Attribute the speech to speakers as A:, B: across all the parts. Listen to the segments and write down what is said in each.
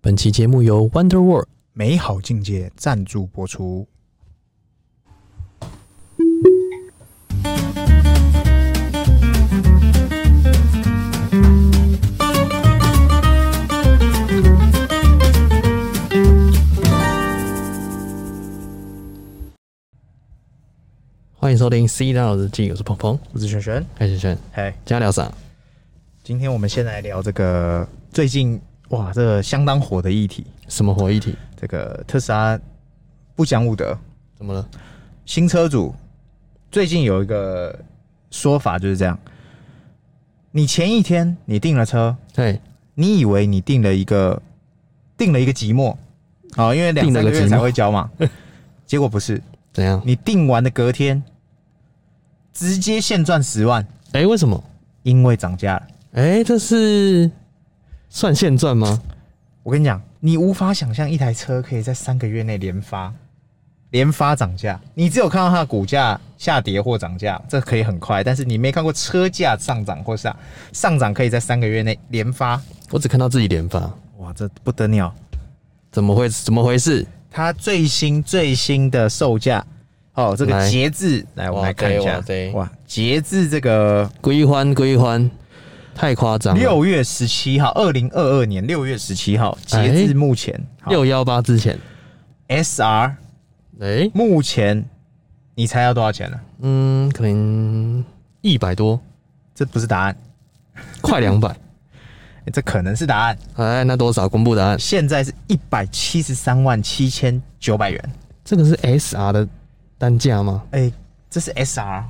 A: 本期节目由 Wonder World
B: 美好境界赞助播出。
A: 欢迎收听《C 大佬日记》，我是鹏鹏，
B: 我是璇璇，
A: 开始轩，
B: 嘿，
A: 加聊啥？
B: 今天我们先来聊这个最近哇，这个相当火的议题，
A: 什么活一体？
B: 这个特斯拉不讲武德，
A: 怎么了？
B: 新车主最近有一个说法就是这样：你前一天你订了车，
A: 嘿，
B: 你以为你订了一个订了一个即墨啊、哦，因为两
A: 订了
B: 三
A: 个
B: 个
A: 即
B: 月
A: 墨
B: 才会交 嘛，结果不是，
A: 怎样？
B: 你订完的隔天直接现赚十万，
A: 哎、为什么？
B: 因为涨价了。
A: 哎、这是算现赚吗？
B: 我跟你讲，你无法想象一台车可以在三个月内连发连发涨价。你只有看到它的股价下跌或涨价，这可以很快，但是你没看过车价上涨或下上涨可以在三个月内连发，
A: 我只看到自己连发，
B: 哇，这不得了！
A: 怎么会？怎么回事？
B: 它最新最新的售价哦，这
A: 来
B: 个截至来我们
A: 哇
B: 来看一
A: 塞
B: 下
A: 哇塞，
B: 哇，截至这个
A: 归还归还，太夸张了。
B: 六月十七号，二零二二年六月十七号，
A: 哎
B: 截至目前，
A: 六幺八之前，
B: S R
A: 哎、
B: 目前你猜要多少钱呢？
A: 嗯，可能一百多，
B: 这不是答案，
A: 快两百。
B: 欸这可能是答案。
A: 哎，那多少？公布答案。
B: 现在是一百七十三万七千九百元，
A: 这个是 SR 的单价吗？
B: 哎、这是 S R，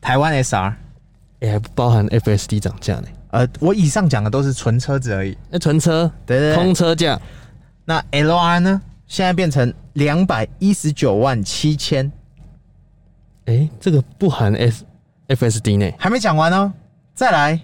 B: 台湾 S R。
A: 哎、还不包含 FSD 涨价呢。
B: 呃，我以上讲的都是纯车子而已。
A: 那哎纯车，
B: 对对对
A: 空车价
B: 那 L R 呢？现在变成两百一十九万七千，
A: 哎、这个不含 S FSD 呢
B: 还没讲完哦。再来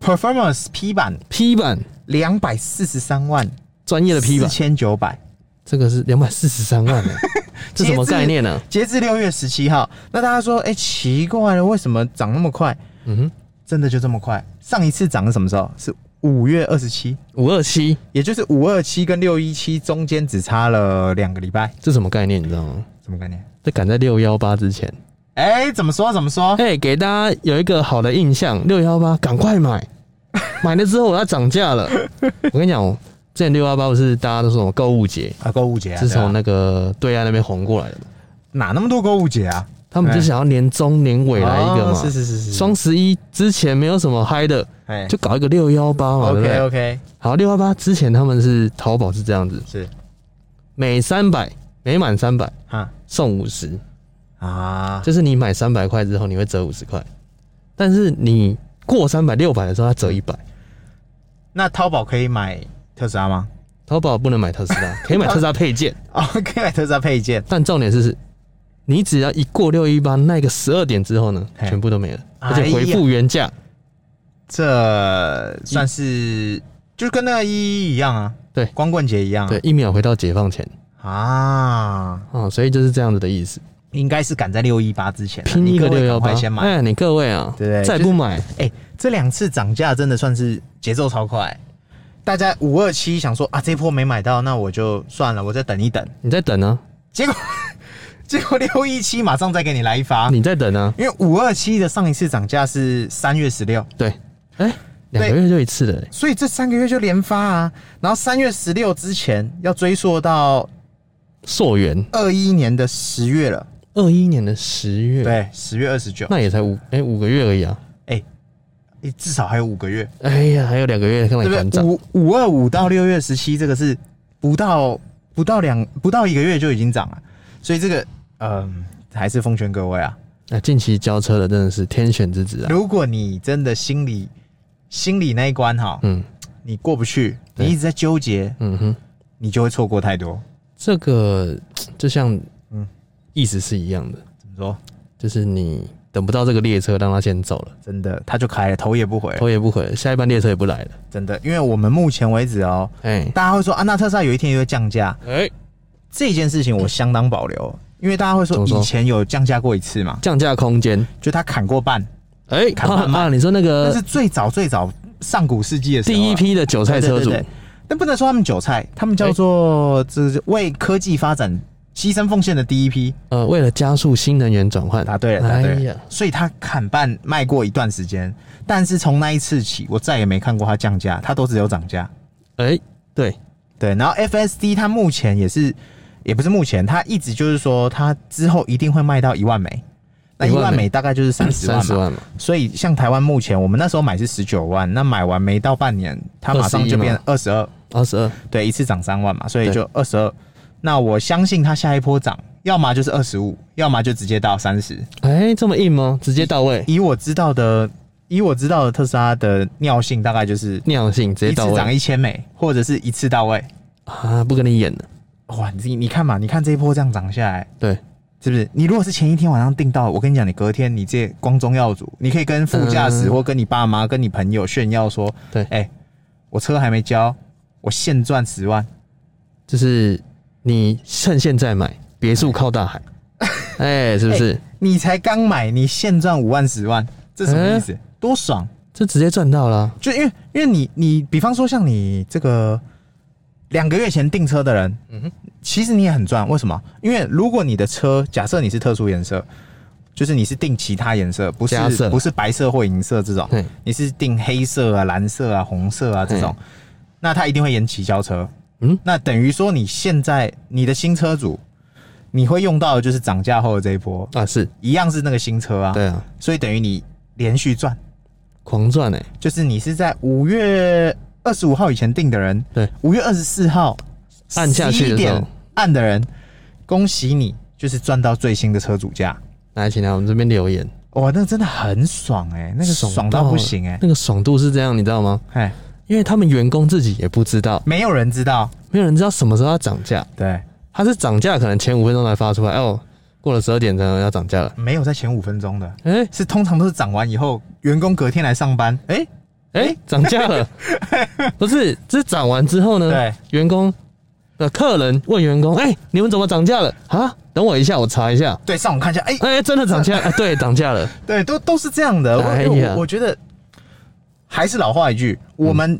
B: ，Performance P 版
A: ，P 版
B: 两百四十三万
A: 专业的 P 版
B: 四，千九百，
A: 这个是两百四十三万呢、 这什么概念呢、啊？
B: 截至六月十七号。那大家说，哎、奇怪了，为什么涨那么快？
A: 嗯哼，
B: 真的就这么快？上一次涨是什么时候？是五月二十七，
A: 五二七，
B: 也就是五二七跟六一七中间只差了两个礼拜，
A: 这什么概念？你知道吗？
B: 什么概念？
A: 这赶在六幺八之前，
B: 哎、怎么说？怎么说？
A: 哎、给大家有一个好的印象，六幺八赶快 买，买了之后它涨价了。我跟你讲，我之前六幺八不是大家都说什么购物节，
B: 啊，购物节啊，
A: 是从
B: 对啊
A: 那个对岸那边红过来的嘛，
B: 哪那么多购物节啊？
A: 他们就想要年终年尾来一个
B: 哦是
A: 嘛。
B: 是是是，
A: 双十一之前没有什么嗨的，
B: 哎
A: 就搞一个六幺八嘛，对不
B: OK
A: 对？
B: OK
A: 好，六幺八之前他们是淘宝是这样子，
B: 是
A: 每三百每满三百
B: 哈
A: 送五十，
B: 啊，
A: 就是你买三百块之后你会折五十块，但是你过三百六百的时候它折一百。
B: 那淘宝可以买特斯拉吗？
A: 淘宝不能买特斯拉，可以买特斯拉配件，
B: 哦，可以买特斯拉配件
A: 但重点是，你只要一过六一八那个十二点之后呢，
B: 嘿
A: 全部都没了，而
B: 哎呀
A: 且回复原价。
B: 这算是就跟那个一一一样啊，
A: 对
B: 光棍节一样、啊，
A: 对，一秒回到解放前
B: 啊，
A: 啊、所以就是这样子的意思，
B: 应该是赶在六一八之前啊、
A: 拼一个
B: 你各位
A: 六幺
B: 赶
A: 八
B: 快先。买。哎、
A: 哎，你各位啊，
B: 对
A: 再
B: 就
A: 不买，
B: 这两次涨价真的算是节奏超快，大家五二七想说啊，这波没买到，那我就算了，我再等一等。
A: 你再等啊，
B: 结果结果六一七马上再给你来一发，
A: 你再等啊，
B: 因为五二七的上一次涨价是三月十六，
A: 对，哎、两个月就一次了、哎
B: 所以这三个月就连发啊。然后三月十六之前要追溯到
A: 溯源
B: 二一年的十月了，
A: 二一年的十月，
B: 对，十月二十九，
A: 那也才五哎、五个月而已啊，
B: 诶至少还有五个月，
A: 哎呀，还有两个月看来
B: 对
A: 团
B: 不对？
A: 长，
B: 五五二五到六月十七，这个是不到不到两不到一个月就已经涨了，所以这个嗯、还是奉劝各位啊，
A: 那、近期交车的真的是天选之子啊，
B: 如果你真的心里心里那一关哈，
A: 嗯
B: 你过不去，
A: 对
B: 你一直在纠结，
A: 嗯哼。
B: 你就会错过太多。
A: 这个就像，嗯
B: 嗯，
A: 意思是一样的，
B: 怎么说？
A: 就是你等不到这个列车，让它先走了，
B: 真的，他就开了，头也不回，
A: 头也不回，下一班列车也不来了。
B: 真的，因为我们目前为止哦，
A: 哎
B: 大家会说啊，那特斯拉有一天也会降价，
A: 哎，
B: 这件事情我相当保留，因为大家会
A: 怎
B: 说
A: 么说
B: 以前有降价过一次嘛，
A: 降价空间，
B: 就他砍过半，
A: 哎
B: 看
A: 啊
B: 慢慢
A: 啊！你说那
B: 那
A: 个
B: 是最早最早上古世纪的时候啊
A: 第一批的韭菜车主哎
B: 对对对，但不能说他们韭菜，他们叫做这是为科技发展牺牲奉献的第一批。
A: 呃，为了加速新能源转换，
B: 答对了，答
A: 哎
B: 对
A: 呀
B: 了。所以他砍半卖过一段时间，但是从那一次起，我再也没看过它降价，它都只有涨价。
A: 哎、对，
B: 对，然后 FSD 它目前也是，也不是目前，它一直就是说它之后一定会卖到一万枚，那一
A: 1万
B: 万
A: 枚
B: 枚大概就是三十万
A: 三
B: 嘛。
A: 十万嘛，
B: 所以像台湾目前我们那时候买是十九万，那买完没到半年，它马上就变二十二，
A: 二十二，
B: 对，一次涨三万嘛，所以就二十二。那我相信它下一波涨，要么就是二十五，要么就直接到三十。
A: 哎，这么硬吗？直接到位，
B: 以我知道的，以我知道的特斯拉的尿性大概就是
A: 尿性直
B: 一
A: 接到
B: 次涨
A: 位
B: 一千美，或者是一次到位。
A: 啊！不跟你演了，
B: 哇，你自己你看嘛，你看这一波这样涨下来，
A: 对，
B: 是不是？你如果是前一天晚上订到，我跟你讲，你隔天你这光宗耀祖，你可以跟副驾驶
A: 嗯
B: 或跟你爸妈、跟你朋友炫耀说，
A: 对
B: 哎、我车还没交，我现赚十万。
A: 就是你趁现在买，别墅靠大海，哎，是不是？
B: 你才刚买，你现赚五万、十万，这什么意思？
A: 嗯
B: 多爽！
A: 这直接赚到了啊，
B: 就因为因为你你，比方说像你这个两个月前订车的人，
A: 嗯哼
B: 其实你也很赚。为什么？因为如果你的车假设你是特殊颜色，就是你是订其他颜色，不
A: 加色
B: 是不是白色或银色这种，
A: 对，
B: 你是订黑色啊、蓝色啊、红色啊这种，那它一定会延期交车。
A: 嗯，
B: 那等于说你现在你的新车主，你会用到的就是涨价后的这一波，
A: 啊是，
B: 一样是那个新车啊，
A: 对啊，
B: 所以等于你连续赚。
A: 狂赚哎，
B: 就是你是在五月二十五号以前订的人，
A: 对，
B: 五月二十四号
A: 按下去的
B: 11
A: 时候
B: 点按的人，恭喜你，就是赚到最新的车主价。
A: 来，请来我们这边留言，
B: 哇，那个真的很爽哎、那个爽到不行哎、
A: 那个爽度是这样，你知道吗？
B: 哎，
A: 因为他们员工自己也不知道，
B: 没有人知道，
A: 没有人知道什么时候要涨价，
B: 对，
A: 它是涨价可能前五分钟才发出来，哦，过了十二点钟要涨价了，
B: 没有在前五分钟的，
A: 哎
B: 是通常都是涨完以后，员工隔天来上班，哎、
A: 哎，涨价 了，不是，这涨完之后呢，
B: 对，
A: 员工呃客人问员工，哎，你们怎么涨价了啊？等我一下，我查一下，
B: 对，上网看一下，哎、
A: 哎，真的涨价， 啊对，涨价了，
B: 对，都都是这样的。我、
A: 哎呀
B: 因为我我觉得还是老话一句，我们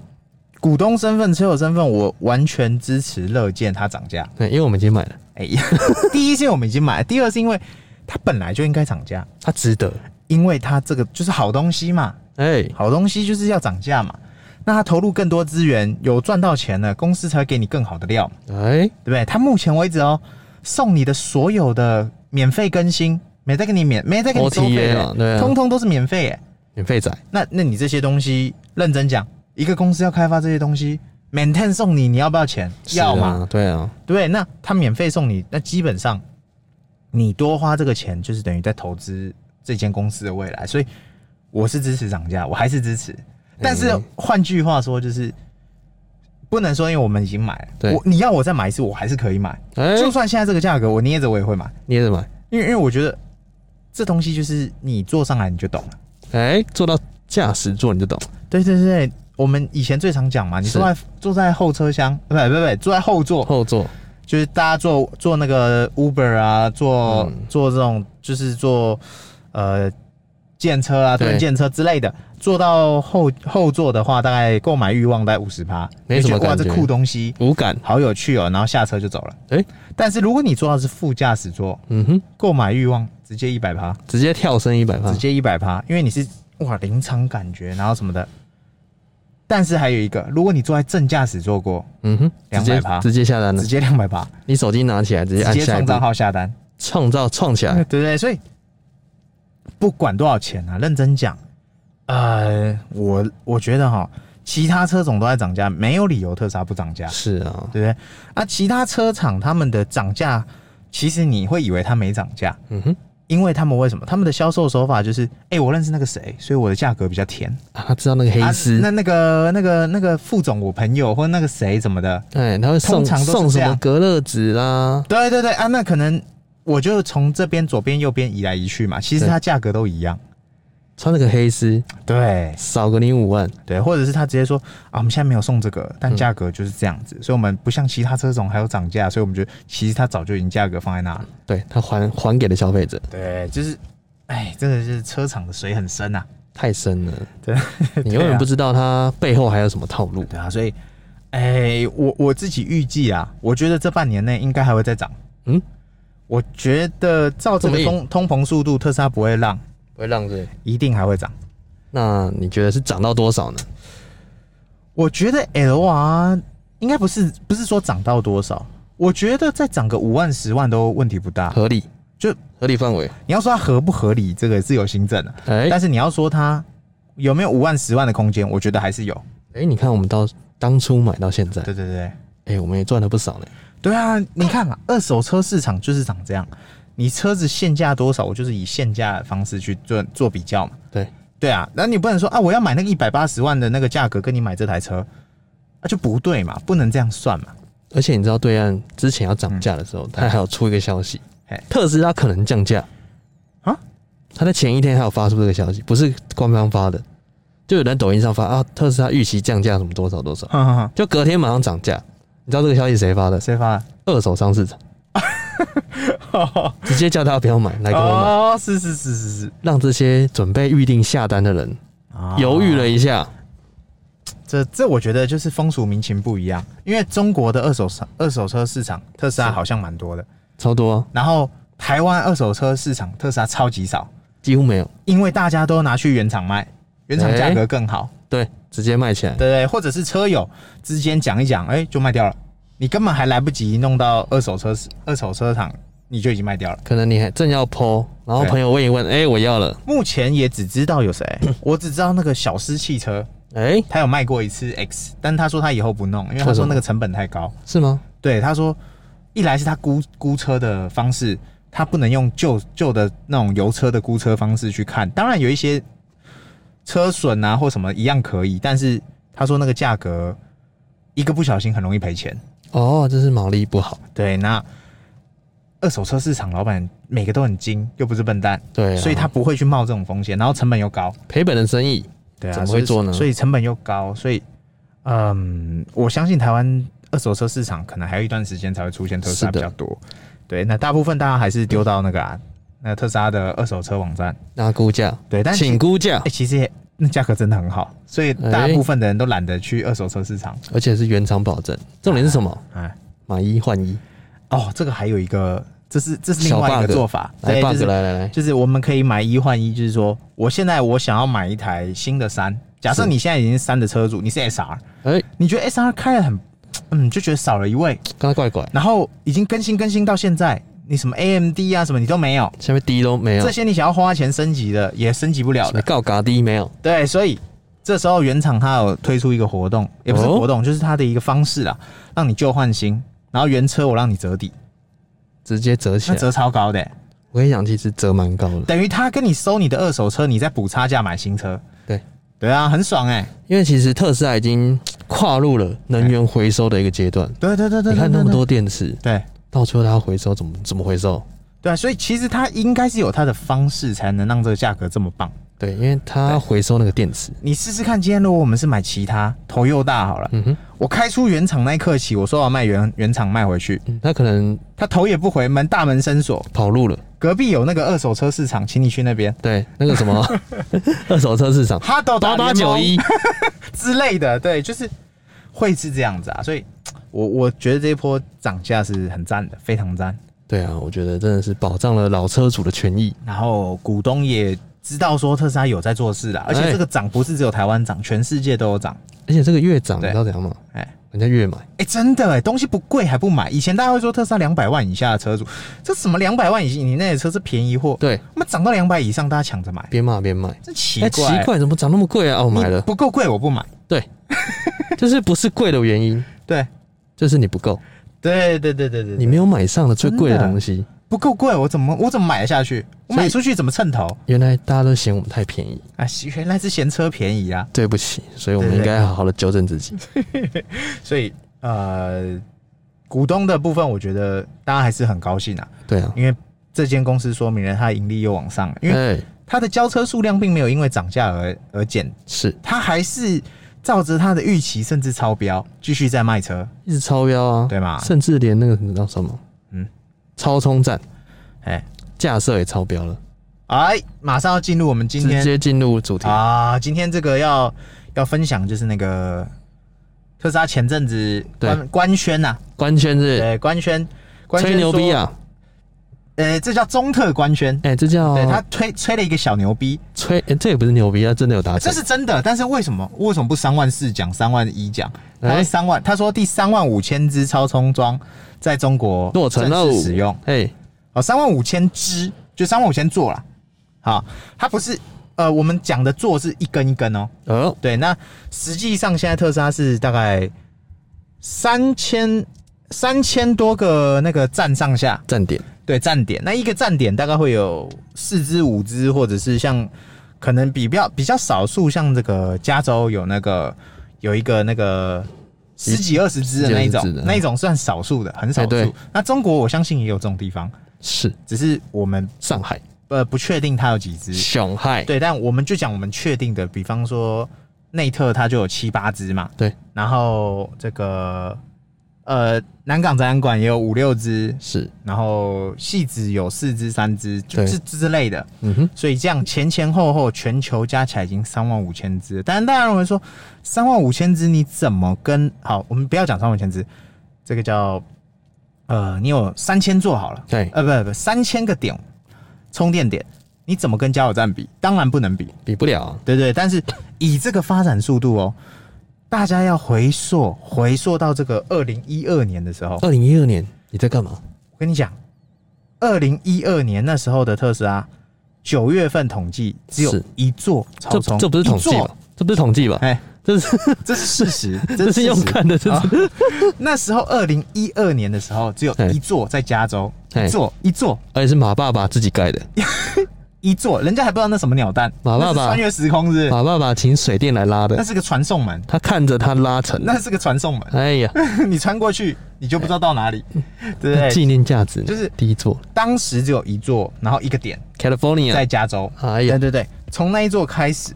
B: 股东身份、持有身份，我完全支持乐见它涨价。
A: 对，因为我们已经买了，
B: 哎、呀， 第一是因为我们已经买了，第二是因为它本来就应该涨价，
A: 它值得，
B: 因为它这个就是好东西嘛，
A: 哎，
B: 好东西就是要涨价嘛。那它投入更多资源，有赚到钱了，公司才会给你更好的料嘛，
A: 哎，
B: 对不对？它目前为止哦，送你的所有的免费更新，没在给你免，没在给你收费
A: OTA 啊对
B: 的，
A: 啊
B: 通通都是免费耶、
A: 免费仔，
B: 那那你这些东西，认真讲，一个公司要开发这些东西，maintain 送你，你要不要钱？
A: 是
B: 要嘛，
A: 啊，对啊，
B: 对不对？那他免费送你，那基本上你多花这个钱，就是等于在投资这间公司的未来。所以我是支持涨价，我还是支持。但是
A: 嗯
B: 换句话说，就是不能说因为我们已经买了，
A: 对
B: 我你要我再买一次，我还是可以买。
A: 哎，
B: 就算现在这个价格，我捏着我也会买，
A: 捏着买。
B: 因为因为我觉得这东西就是你坐上来你就懂了。
A: 哎，坐到驾驶座你就懂。
B: 对对对，我们以前最常讲嘛，你
A: 是
B: 坐在坐在后车厢，不不不，坐在后座，
A: 后座
B: 就是大家坐坐那个 Uber 啊，坐、
A: 嗯
B: 坐这种就是坐呃电车啊、
A: 对
B: 推电车之类的，坐到后后座的话，大概购买欲望在五十趴，
A: 没什么
B: 就哇，
A: 感
B: 这
A: 觉
B: 酷东西，
A: 无感，
B: 好有趣哦，然后下车就走了。
A: 哎
B: 但是如果你坐到是副驾驶座，
A: 嗯哼，
B: 购买欲望直接一百趴，
A: 直接跳升一百趴
B: 直，接一百趴，因为你是哇临场感觉，然后什么的。但是还有一个，如果你坐在正驾驶座过，
A: 嗯哼，直接
B: 200趴
A: 直接下单了
B: 直。接两百八，
A: 你手机拿起来，直接嗯
B: 直
A: 按
B: 接
A: 下一
B: 从
A: 步哎
B: 账，号下单，
A: 创造创起
B: 对
A: 来，
B: 不对？所以不管多少钱啊，认真讲，呃，我我觉得哈，其他车种都在涨价，没有理由特斯拉不涨价，
A: 是啊，
B: 对不对？啊，其他车厂他们的涨价，其实你会以为它没涨价，
A: 嗯哼，
B: 因为他们为什么？他们的销售手法就是，哎、我认识那个谁，所以我的价格比较甜。
A: 啊他知道那个黑
B: 啊
A: 丝，
B: 那那个那个那个副总，我朋友或那个谁怎么的，
A: 哎，他会送
B: 通常都是
A: 送什
B: 这
A: 么
B: 样
A: 隔热纸啦，
B: 对对对啊，那可能我就从这边左边右边移来移去嘛，其实
A: 对
B: 它价格都一样。
A: 穿那个黑丝
B: 对
A: 少个你五万，
B: 对，或者是他直接说啊，我们现在没有送这个，但价格就是这样子，所以我们不像其他车种还有涨价，所以我们就其实它早就已经价格放在那了。
A: 对他还还给了消费者，
B: 对，就是，哎，真的是车厂的水很深啊。
A: 太深了，
B: 对，
A: 你永
B: 对
A: 远
B: 啊
A: 不知道他背后还有什么套路，
B: 对啊，所以，哎，我我自己预计啊，我觉得这半年内应该还会再涨。
A: 嗯，
B: 我觉得照
A: 这
B: 这
A: 么
B: 个
A: 硬
B: 通通膨速度，特斯拉不会让，
A: 不会让这。
B: 一定还会涨。
A: 那你觉得是涨到多少呢？
B: 我觉得 L R 应该不是不是说涨到多少，我觉得再涨个五万十万都问题不大。
A: 合理，
B: 就
A: 合理范围。
B: 你要说它合不合理，这个是有行政的、
A: 哎、
B: 但是你要说它有没有五万十万的空间，我觉得还是有。
A: 哎、你看我们到当初买到现在，
B: 对对对，
A: 哎、我们也赚了不少呢。
B: 对啊，你看嘛，二手车市场就是长这样，你车子现价多少，我就是以现价的方式去做做比较嘛。
A: 对，
B: 对啊，那你不能说啊，我要买那个一百八十万的那个价格跟你买这台车，啊就不对嘛，不能这样算嘛。
A: 而且你知道对岸之前要涨价的时候，他还有出一个消息
B: 嘿，
A: 特斯拉可能降价
B: 哎啊。
A: 他在前一天还有发出这个消息，不是官方发的，就有人抖音上发啊，特斯拉预期降价什么多少多少，
B: 哈哈哈，
A: 就隔天马上涨价。你知道这个消息谁发的？
B: 谁发的？
A: 二手商 市场，直接叫大家不要买，来跟我买，
B: 哦，是是是是是，
A: 让这些准备预定下单的人
B: 啊
A: 犹豫了一下。
B: 这这我觉得就是风俗民情不一样，因为中国的二手车二手车市场特斯拉好像蛮多的，
A: 超多、啊，
B: 然后台湾二手车市场特斯拉超级少，
A: 几乎没有。
B: 因为大家都拿去原厂卖，原厂价格更好，
A: 对，直接卖起来。
B: 对不对？或者是车友之间讲一讲，哎、就卖掉了，你根本还来不及弄到二手车市二手车厂，你就已经卖掉了。
A: 可能你还正要剖，然后
B: 对
A: 朋友问一问，哎、我要了，
B: 目前也只知道有谁，我只知道那个小狮汽车，
A: 哎、
B: 他有卖过一次 X，但他说他以后不弄，因为他
A: 为什
B: 说
A: 么
B: 那个成本太高。
A: 是吗？
B: 对，他说一来是他估估车的方式，他不能用旧旧的那种油车的估车方式去看。当然有一些车损啊或什么一样可以，但是他说那个价格一个不小心很容易赔钱。
A: 哦，这是毛利不好，
B: 对，那二手车市场老板每个都很精，又不是笨蛋，
A: 对啊、
B: 所以他不会去冒这种风险，然后成本又高。
A: 赔本的生意，
B: 对啊，
A: 怎么
B: 所以
A: 会做呢
B: 所以成本又高，所以嗯，我相信台湾二手车市场可能还有一段时间才会出现特斯
A: 是的
B: 拉比较多。对，那大部分大家还是丢到那个啊，那特斯拉的二手车网站。
A: 那估价，
B: 对，但其
A: 请估价
B: 哎、，其实也那价格真的很好，所以大部分的人都懒得去二手车市场。
A: 而且是原厂保证。重点是什么？
B: 哎、
A: 买一换一，
B: 哦，这个还有一个，这是这是另
A: 小
B: 外一个
A: bug
B: 做法，
A: 来
B: 对
A: bug，
B: 就是
A: 来来来，
B: 就是我们可以买一换一，就是说我现在我想要买一台新的三，假设
A: 是
B: 你现在已经是三的车主，你是 SR，
A: 哎、
B: 你觉得 S R 开的很，嗯，就觉得少了一位，
A: 刚才怪怪，
B: 然后已经更新更新到现在，你什么 A M D 啊什么你都没有，
A: 下面低都没有
B: 这，些你想要花钱升级的也升级不了
A: 你
B: 的，
A: 告嘎低没有？
B: 对，所以这时候原厂它有推出一个活动，也不是
A: 哦
B: 活动，就是它的一个方式啊，让你旧换新，然后原车我让你折抵，
A: 直接折起
B: 那
A: 来。
B: 折超高的欸、
A: 我跟你讲，其实折蛮高的，
B: 等于他跟你收你的二手车，你再补差价买新车，
A: 对，
B: 对啊，很爽哎、
A: 因为其实特斯拉已经跨入了能源回收的一个阶段。
B: 对对对对，
A: 你看
B: 对
A: 哎那么，
B: 对
A: 多电池，
B: 对。
A: 到最后它要回收怎么怎么回收？
B: 对啊，所以其实它应该是有它的方式，才能让这个价格这么棒。
A: 对，因为它回收那个电池。
B: 你试试看，今天如果我们是买其他头又大好了，
A: 嗯哼，
B: 我开出原厂那一刻起，我说我要卖原原厂卖回去，
A: 嗯，他可能
B: 他头也不回，门大门深锁。
A: 跑路了。
B: 隔壁有那个二手车市场，请你去那边，
A: 对，那个什 么二手车市场
B: 哈斗
A: 八八九一，
B: 之类的，对，就是会是这样子啊。所以我我觉得这一波涨价是很赞的，非常赞。
A: 对啊，我觉得真的是保障了老车主的权益。
B: 然后股东也知道说特斯拉有在做事啦，而且
A: 哎
B: 这个涨不是只有台湾涨，全世界都有涨。
A: 而且这个越涨，你
B: 对
A: 知道怎样吗？
B: 哎、
A: 人家越买，
B: 哎、真的哎、东西不贵还不买。以前大家会说特斯拉两百万以下的车主，这什么两百万以以内的车是便宜货，
A: 对，
B: 那么涨到两百以上，大家抢着买，
A: 边骂边卖。
B: 真奇
A: 哎、
B: 怪、
A: 奇怪，怎么涨那么贵啊？哦，
B: 你
A: 买了，
B: 不够贵我不买。
A: 对，就是不是贵的原因，
B: 对，
A: 就是你不够，
B: 对对对对对，
A: 你
B: 你
A: 没有买上了最贵的
B: 真的
A: 东西。
B: 不够贵，我怎么我怎么买得下去？我
A: 所以
B: 买出去怎么蹭头？
A: 原来大家都嫌我们太便宜，
B: 啊，原来是嫌车便宜啊，
A: 对不起，所以我们
B: 对
A: 应
B: 对
A: 该好好的纠正自
B: 嗯
A: 己。
B: 所以呃，股东的部分我觉得大家还是很高兴啊，
A: 对啊，
B: 因为这间公司说明了它的盈利又往上了，因为
A: 哎、
B: 它的交车数量并没有因为涨价而而减
A: 是
B: 他还是照着他的预期，甚至超标，继续在卖车，
A: 一直超标啊，
B: 对吗？
A: 甚至连那个你知道什么？
B: 嗯，
A: 超充站
B: 哎
A: 架设也超标了，
B: 哎，马上要进入我们今
A: 直
B: 天啊
A: 接进入主题。
B: 啊，今天这个要要分享就是那个特斯拉前阵子官官宣呐、
A: 官宣是
B: 对，官宣官宣
A: 吹牛逼
B: 说！
A: 啊！
B: 呃，这叫中特官宣，
A: 哎、这叫
B: 对他吹吹了一个小牛逼，
A: 吹、哎这也不是牛逼啊，真的有达
B: 这
A: 成。
B: 是真的。但是为什么为什么不三万四讲，三万一讲？他
A: 哎
B: 说三万，他说第三万五千只超充桩在中国
A: 落成了
B: 正式使用，
A: 哎、
B: 哦，三万五千只就三万五千座啦。好，它不是呃，我们讲的座是一根一根哦。
A: 哦，
B: 对，那实际上现在特斯拉是大概三千三千多个那个站上下，
A: 站点，
B: 对站点，那一个站点大概会有四只、五只，或者是像可能比较比较少数，像这个加州有那个有一个那个十几二十只的那一
A: 十几二十
B: 种
A: 只的，
B: 那一种算少数的，很少
A: 哎对
B: 数。那中国我相信也有这种地方，
A: 是
B: 只是我们
A: 上海、
B: 呃不确定它有几只。
A: 上海，
B: 对，但我们就讲我们确定的，比方说内特它就有七八只嘛，
A: 对，
B: 然后这个呃南港展览馆也有五六只，
A: 是，
B: 然后戏子有四只、三只，就
A: 对
B: 是之类的。
A: 嗯哼，
B: 所以这样前前后后全球加起来已经三万五千只了。但是大家认为说三万五千只你怎么跟好？我们不要讲三万五千只，这个叫呃，你有三千座好了，
A: 对
B: 呃，不不，三千个点充电点，你怎么跟加油站比？当然不能比，
A: 比不了啊、
B: 对对，但是以这个发展速度哦，大家要回溯回溯到这个二零一二年的时候，
A: 二零一二年你在干嘛？
B: 我跟你讲，二零一二年那时候的特斯拉，九月份统计只有
A: 是
B: 一座
A: 这
B: 超充，
A: 这不是统计
B: 一
A: 吧
B: 座？
A: 这不是统计吧？
B: 哎，
A: 这是
B: 这是事实，
A: 这是
B: 事
A: 用
B: 实
A: 看的，这
B: 啊
A: 是
B: 那时候二零一二年的时候，只有
A: 哎
B: 一座在加州，
A: 哎
B: 一座一座
A: 而且是马爸爸自己盖的。
B: 一座，人家还不知道那什么鸟蛋，
A: 马爸爸
B: 那是穿越时空是不是？
A: 马爸爸请水电来拉
B: 那
A: 的，
B: 是个传送门，
A: 他看着他拉成。
B: 那是个传送门，
A: 哎呀，
B: 你穿过去你就不知道到哪里，对
A: 那
B: 不对？
A: 纪念价值呢
B: 就是
A: 第一座
B: 当时只有一座，然后一个点在
A: California。
B: 加州，
A: 哎
B: 对
A: 呀，
B: 对对，从那一座开始，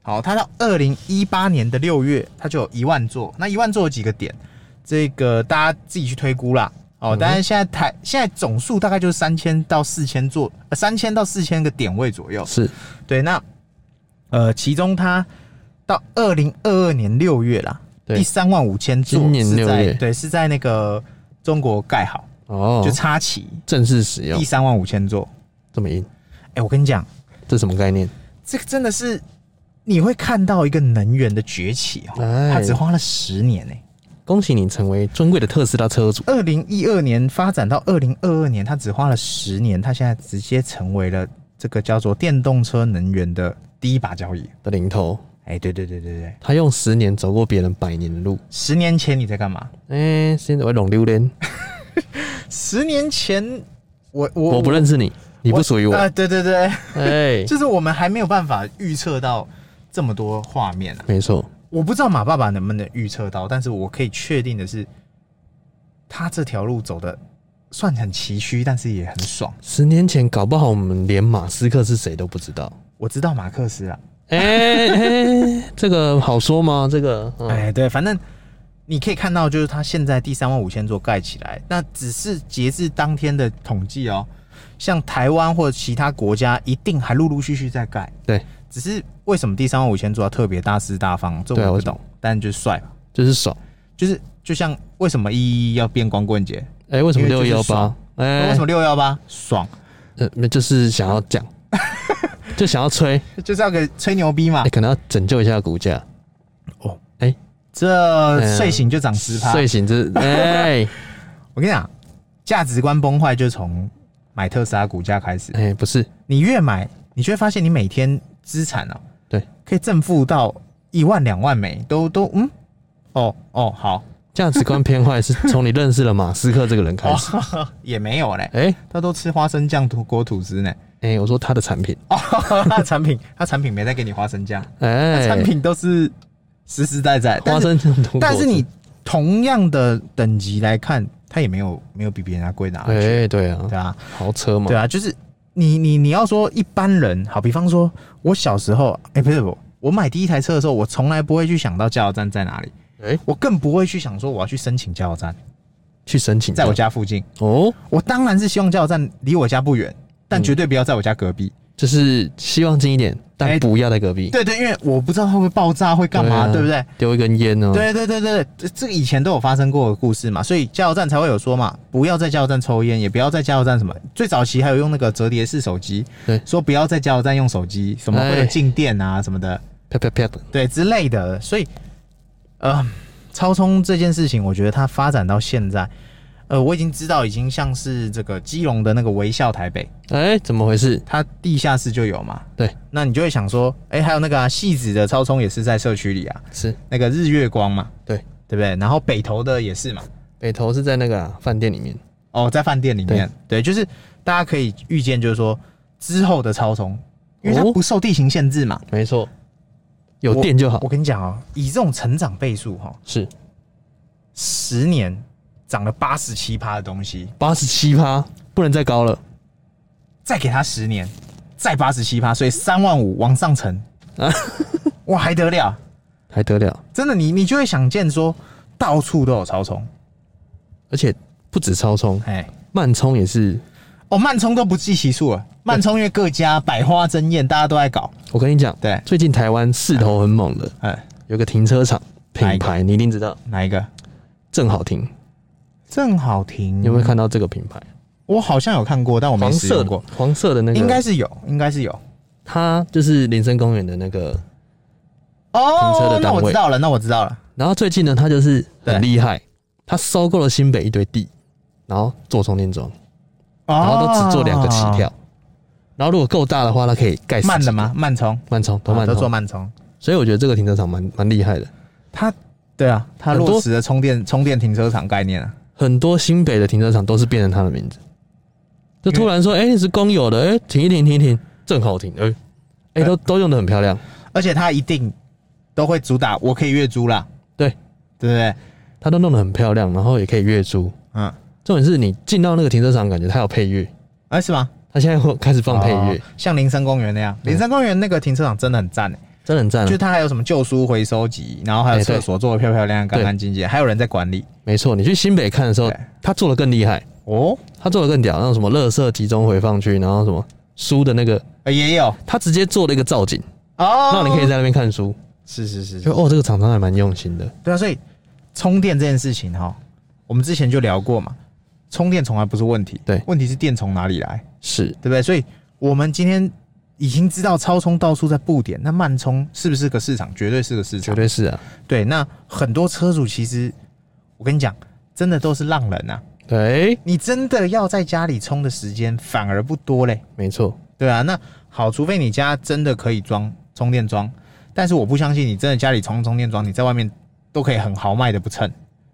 B: 好，它到二零一八年的六月，它就有一万座。那一万座有几个点？这个大家自己去推估啦。
A: 嗯
B: 哦，当然现在台现在总数大概就是三千到四千座，呃三千到四千个点位左右。
A: 是
B: 对，那呃，其中它到二零二二年六月啦，
A: 对
B: 第三万五千座
A: 今年
B: 是
A: 6
B: 在
A: 月
B: 对是在那个中国盖好，
A: 哦
B: 就，插旗
A: 正式使用
B: 第三万五千座。
A: 这么硬，
B: 哎、我跟你讲。
A: 这什么概念？
B: 这个真的是你会看到一个能源的崛起哦，
A: 哎
B: 它只花了十年呢、欸。
A: 恭喜你成为尊贵的特斯拉车主。
B: 二零一二年发展到二零二二年，它只花了十年，它现在直接成为了这个叫做电动车能源的第一把交椅。
A: 的零头，
B: 哎、对对对对对，
A: 他用十年走过别人百年的路。
B: 十年前你在干嘛？
A: 哎、现在我拢榴莲，
B: 十年前我我
A: 我不认识你，你不属于我。
B: 啊、
A: 哎、
B: 对对对，就是我们还没有办法预测到这么多画面啊。
A: 没错，
B: 我不知道马爸爸能不能预测到，但是我可以确定的是，他这条路走的算很崎岖，但是也很爽。
A: 十年前搞不好我们连马斯克是谁都不知道。
B: 我知道马克思啊，
A: 哎、哎、这个好说吗？这个，嗯、
B: 哎、对，反正你可以看到，就是他现在第三万五千座盖起来，那只是截至当天的统计哦，像台湾或其他国家一定还陆陆续续在盖，
A: 对，
B: 只是为什么第三万五千座要特别大肆大方，这
A: 对啊
B: 我
A: 为
B: 不
A: 什么
B: 懂，但就是帅吧，
A: 就是爽。
B: 就是就像为什么一一要变光棍节，
A: 哎、为什么
B: 因为
A: 六
B: 就是
A: 幺八
B: 爽？
A: 哎，
B: 为什么六幺八爽？
A: 呃，那就是想要 讲，就想要吹，哎、
B: 就是要给吹牛逼嘛。
A: 可能要拯救一下股价。
B: 哦，
A: 哎、
B: 这睡醒就涨十趴。
A: 嗯睡醒之，哎、
B: 我跟你讲，价值观崩坏就从买特斯拉股价开始。
A: 哎、不是，
B: 你越买，你就会发现你每天资产啊，
A: 对，
B: 可以正负到一万两万美，都都嗯，哦哦好，
A: 价值观偏坏是从你认识了马斯克这个人开始。
B: 哦 也没有嘞，
A: 哎、
B: 他都吃花生酱吐裹吐司呢。
A: 哎、我说他的产品，
B: 哦，他产品他产品没再给你花生酱，
A: 哎、
B: 产品都是实实在在，但
A: 花
B: 是
A: 生酱多果汁
B: 但是你同样的等级来看，它也没有没有比别人家贵哪
A: 哎、
B: 里去，
A: 对啊，
B: 对啊，
A: 豪车嘛，
B: 对啊，就是你你你要说一般人，好，比方说我小时候，哎、不是我我买第一台车的时候，我从来不会去想到加油站在哪里，
A: 哎、
B: 我更不会去想说我要去申请加油站，
A: 去申请，
B: 在我家附近，
A: 哦，
B: 我
A: 嗯
B: 当然是希望加油站离我家不远，但绝对不要在我家隔壁。
A: 就是希望近一点，但不要在隔壁，
B: 哎对对，因为我不知道它会不会爆炸，会干嘛，
A: 啊
B: 对不对？？
A: 丢一根烟哦，
B: 对对对对，这这个以前都有发生过的故事嘛，所以加油站才会有说嘛，不要在加油站抽烟，也不要在加油站什么。最早期还有用那个折叠式手机，
A: 对
B: 说不要在加油站用手机，什么
A: 哎
B: 会有静电啊什么的，
A: 啪啪啪的，
B: 对之类的。所以，呃，超充这件事情，我觉得它发展到现在，呃，我已经知道已经像是这个基隆的那个微笑台北，
A: 哎，怎么回事？
B: 它地下室就有嘛。
A: 对，
B: 那你就会想说，哎、还有那个啊，戏子的超充也是在社区里啊，
A: 是
B: 那个日月光嘛，
A: 对
B: 对不对？然后北投的也是嘛，
A: 北投是在那个啊饭店里面，
B: 哦，在饭店里面，对，就是大家可以预见，就是说之后的超充，因为它
A: 哦
B: 不受地形限制嘛。
A: 没错，有
B: 我
A: 电就好
B: 我，跟你讲哦，以这种成长倍数哈、哦，
A: 是
B: 十年涨了八十七趴的东西，
A: 八十七趴，不能再高了
B: 再给它十年，再八十七趴，所以三万五往 上乘，
A: 啊，
B: 哇，还得了？
A: 还得了？
B: 真的，你你就会想见说，到处都有超充，
A: 而且不止超充，
B: 哎。
A: 慢充也是。
B: 哦，慢充都不计其数了。慢充因为各家百花争艳，大家都在搞。
A: 我跟你讲，
B: 对
A: 最近台湾势头很猛的，
B: 哎，
A: 有个停车场
B: 哪
A: 品
B: 一个
A: 牌，你一定知道，
B: 哪一个？
A: 正好停。
B: 正好停。
A: 你有没有看到这个品牌？
B: 我好像有看过，但我没
A: 黄
B: 使
A: 色
B: 用
A: 的
B: 过。
A: 黄色的那个，
B: 应该是有，应该是有。
A: 它就是林森公园的那个。停车
B: 哦
A: 的，
B: 那
A: 单位
B: 我知道了，那我知道了。
A: 然后最近呢，它就是
B: 对
A: 很厉害，它收购了新北一堆地，然后做充电桩，
B: 哦
A: 然后都只做两个起跳。。然后如果够大的话，它可以盖十几
B: 慢的
A: 个
B: 吗？慢充，
A: 慢充，都
B: 啊
A: 慢
B: 都做
A: 充。
B: 慢充。
A: 所以我觉得这个停车场蛮蛮厉害的。
B: 它对啊，它
A: 很多
B: 落实了充电充电停车场概念啊。
A: 很多新北的停车场都是变成他的名字，就突然说，哎、
B: 嗯
A: 你是公有的，哎、停一停，停一停，正好停，哎、哎、都都用的很漂亮，
B: 而且它一定都会主打，我可以月租啦，
A: 对，
B: 对不对？
A: 它都弄得很漂亮，然后也可以月租。
B: 嗯，
A: 重点是你进到那个停车场，感觉它有配乐，
B: 哎是吗？
A: 它现在会开始放配乐，
B: 哦像林森公园那样，林森公园那个停车场真的很赞诶。欸
A: 真的很赞、
B: 就
A: 啊。
B: 它还有什么旧书回收集，然后还有
A: 哎对
B: 厕所做的漂漂亮亮、干干净净，还有人在管理。
A: 没错，你去新北看的时候
B: 对，
A: 它做的更厉害，
B: 哦，
A: 它做的更屌，那种什么垃圾集中回放区，然后什么书的那个，
B: 呃也有
A: 它直接做了一个造景，
B: 哦，
A: 让你可以在那边看书。
B: 是是是，
A: 就哦，这个厂商还蛮用心的，
B: 对啊，所以充电这件事情哈，我们之前就聊过嘛，充电从来不是问题，
A: 对
B: 问题是电从哪里来，
A: 是
B: 对不对？所以我们今天已经知道超充到处在布点，那慢充是不是个市场？绝对是个市
A: 绝
B: 场。
A: 对是啊，
B: 对，那很多车主其实，我跟你讲，真的都是浪人啊，
A: 对，
B: 你真的要在家里充的时间反而不多嘞。
A: 没错，
B: 对啊，那好，除非你家真的可以装充电桩，但是我不相信你真的家里装充电桩，你在外面都可以很豪迈的不蹭，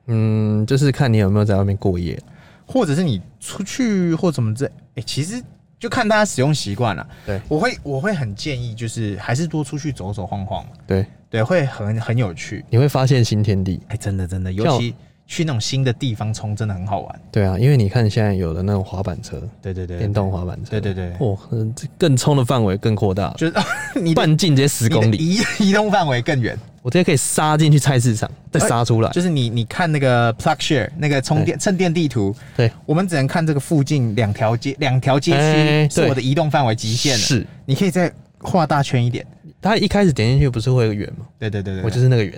A: 嗯，就是看你有没有在外面过夜。
B: 或者是你出去或怎么这，哎、其实就看大家使用习惯了。
A: 对，
B: 我会我会很建议，就是还是多出去走走晃晃嘛，
A: 对，
B: 对，会很很有趣。
A: 你会发现新天地。
B: 哎、真的真的，
A: 像
B: 尤
A: 我
B: 其去那种新的地方充，真的很好玩。
A: 对啊，因为你看现在有的那种滑板车，
B: 对对对，
A: 电动滑板车，
B: 对对对
A: 哇，嗯这更冲的范围更扩大了，
B: 就是 你的
A: 半径直接十公
B: 你的
A: 里，
B: 移移动范围更远。
A: 我直接可以杀进去菜市场，再杀出来。
B: 就是你你看那个 Plug Share 那个充电蹭电地图，
A: 对，
B: 我们只能看这个附近两条街两条街
A: 哎
B: 区是
A: 对
B: 我的移动范围极限了。，
A: 是，
B: 你可以再画大圈一点。
A: 它一开始点进去不是会有个圆吗？
B: 对对对啊对，
A: 我就是是那个圆，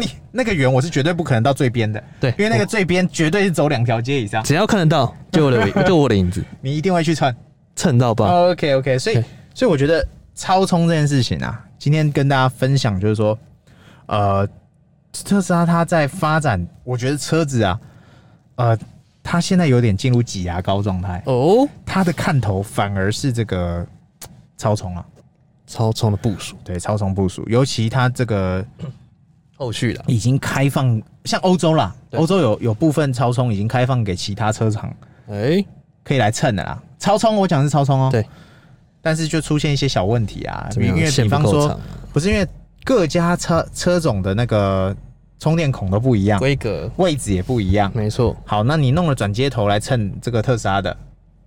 B: 你那个圆，我是绝对不可能到最边的，
A: 对
B: 因为那个最边绝对是走两条街以上，
A: 只要看得到，就我 的就我的影子，
B: 你一定会去蹭。
A: 蹭到爆。
B: OK OK，所以
A: 对
B: 所以我觉得超充这件事情啊，今天跟大家分享就是说，呃，特斯拉它在发展，我觉得车子啊，呃，它现在有点进入挤牙膏状态。
A: 哦，
B: 它的看头反而是这个超充啊，
A: 超冲的部署，
B: 对，超充部署，尤其它这个
A: 后续了，
B: 已经开放，像欧洲啦，
A: 对
B: 欧洲有有部分超充已经开放给其他车厂
A: 哎，
B: 可以来蹭的啦。超充我讲的是超充哦，
A: 对，
B: 但是就出现一些小问题啊，
A: 怎
B: 因
A: 么
B: 为
A: 样？
B: 因为
A: 线
B: 比
A: 不
B: 方
A: 够
B: 说
A: 长，
B: 不是因为各家车车种的那个充电孔都不一样，
A: 规格
B: 位置也不一样。
A: 没错，
B: 好，那你弄了转接头来蹭这个特斯拉的，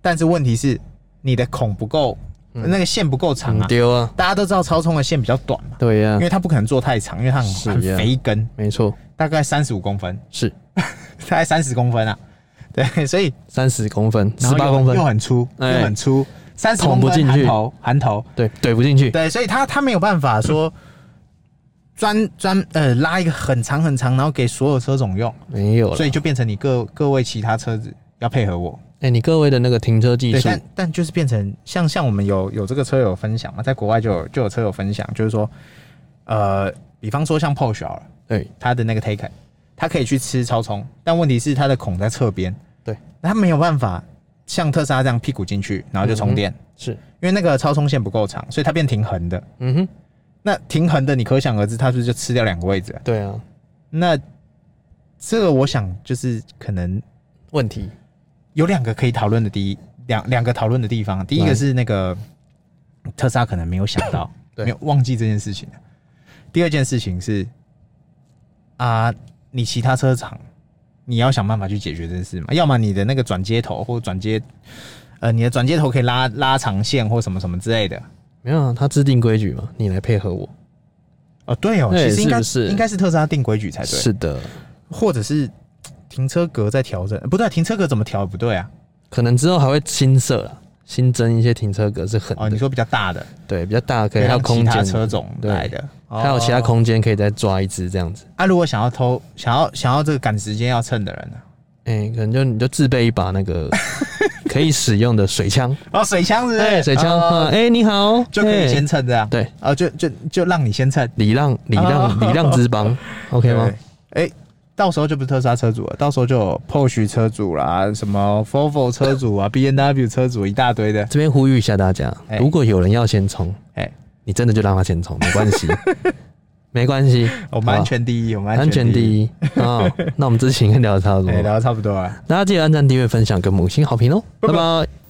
B: 但是问题是你的孔不够，
A: 嗯
B: 那个线不够长
A: 很
B: 啊。
A: 丢啊，
B: 大家都知道超充的线比较短嘛，
A: 对呀
B: 因，为它不可能做太长，因为它
A: 嗯是
B: 很
A: 啊
B: 很肥一根，
A: 没错，
B: 大概三十五公分，
A: 是
B: 大概三十公分啊。对，所以
A: 三十公分，十
B: 然后
A: 八
B: 又
A: 公分
B: 又，很粗，
A: 哎
B: 又很粗，三十
A: 捅不进去
B: 含头含头，
A: 对，怼不进去，
B: 对，所以他他没有办法说专专呃拉一个很长很长，然后给所有车种用，
A: 没有了。
B: 所以就变成你各各位其他车子要配合我。
A: 哎、你各位的那个停车技
B: 对，
A: 术，
B: 但但就是变成像像我们有有这个车友分享嘛，在国外就有就有车友分享，就是说，呃，比方说像 Porsche 好了，
A: 对
B: 它的那个 Taycan，它可以去吃超充，但问题是它的孔在侧边，
A: 对，
B: 它没有办法像特斯拉这样屁股进去，然后就充电，
A: 是，
B: 因为那个超充线不够长，所以它变停横的。
A: 嗯哼，
B: 那停横的，你可想而知，它是不是就吃掉两个位置啊？
A: 对啊，
B: 那这个我想就是可能
A: 问题
B: 有两个可以讨论的第一两两个讨论的地方，第一个是那个特斯拉可能没有想到，
A: 对
B: 没有忘记这件事情了第二件事情是啊，你其他车厂你要想办法去解决这件事嘛，要么你的那个转接头或转接呃你的转接头可以拉拉长线或什么什么之类的。
A: 没有啊，他制定规矩嘛，你来配合我。
B: 哦，对哦，
A: 对
B: 其实应该
A: 是不是
B: 应该是特斯拉定规矩哎才对，
A: 是的，
B: 或者是停车格在调整，不对啊，停车格怎么调不对啊？
A: 可能之后还会新设啦，新增一些停车格是很
B: 哦，你说比较大的，
A: 对比较大，可以还有
B: 让
A: 空
B: 其他
A: 间
B: 车种来的，哦
A: 还有其他空间可以再抓一只这样子。
B: 啊，如果想要偷、想要想要这个赶时间要蹭的人呢？
A: 哎、可能就你就自备一把那 个可以使用的水枪，
B: 哦，水枪是不是？
A: 哎、水枪，哎、
B: 哦
A: 你好，
B: 就可以
A: 哎
B: 先蹭这样。
A: 对
B: 哦，就就就让你先蹭
A: 礼让礼让
B: 哦
A: 礼让之邦，OK 吗？？
B: 对哎、到时候就不是特斯拉车主了，到时候就有 Porsche 车主啦，什么 Volvo 车主啊，B N W 车主一大堆的。
A: 这边呼吁一下大家，
B: 哎
A: 如果有人要先冲，
B: 哎、
A: 你真的就让他先 冲，没关系，没关系，
B: 我们安
A: 好
B: 全第一，我
A: 吧
B: 们
A: 安全
B: 一。
A: 第一啊。那我们这期应该聊得差不多
B: 哎、
A: 了，
B: 聊得差不多了。
A: 大家记得按赞、订阅、分享跟五星好评哦，拜拜。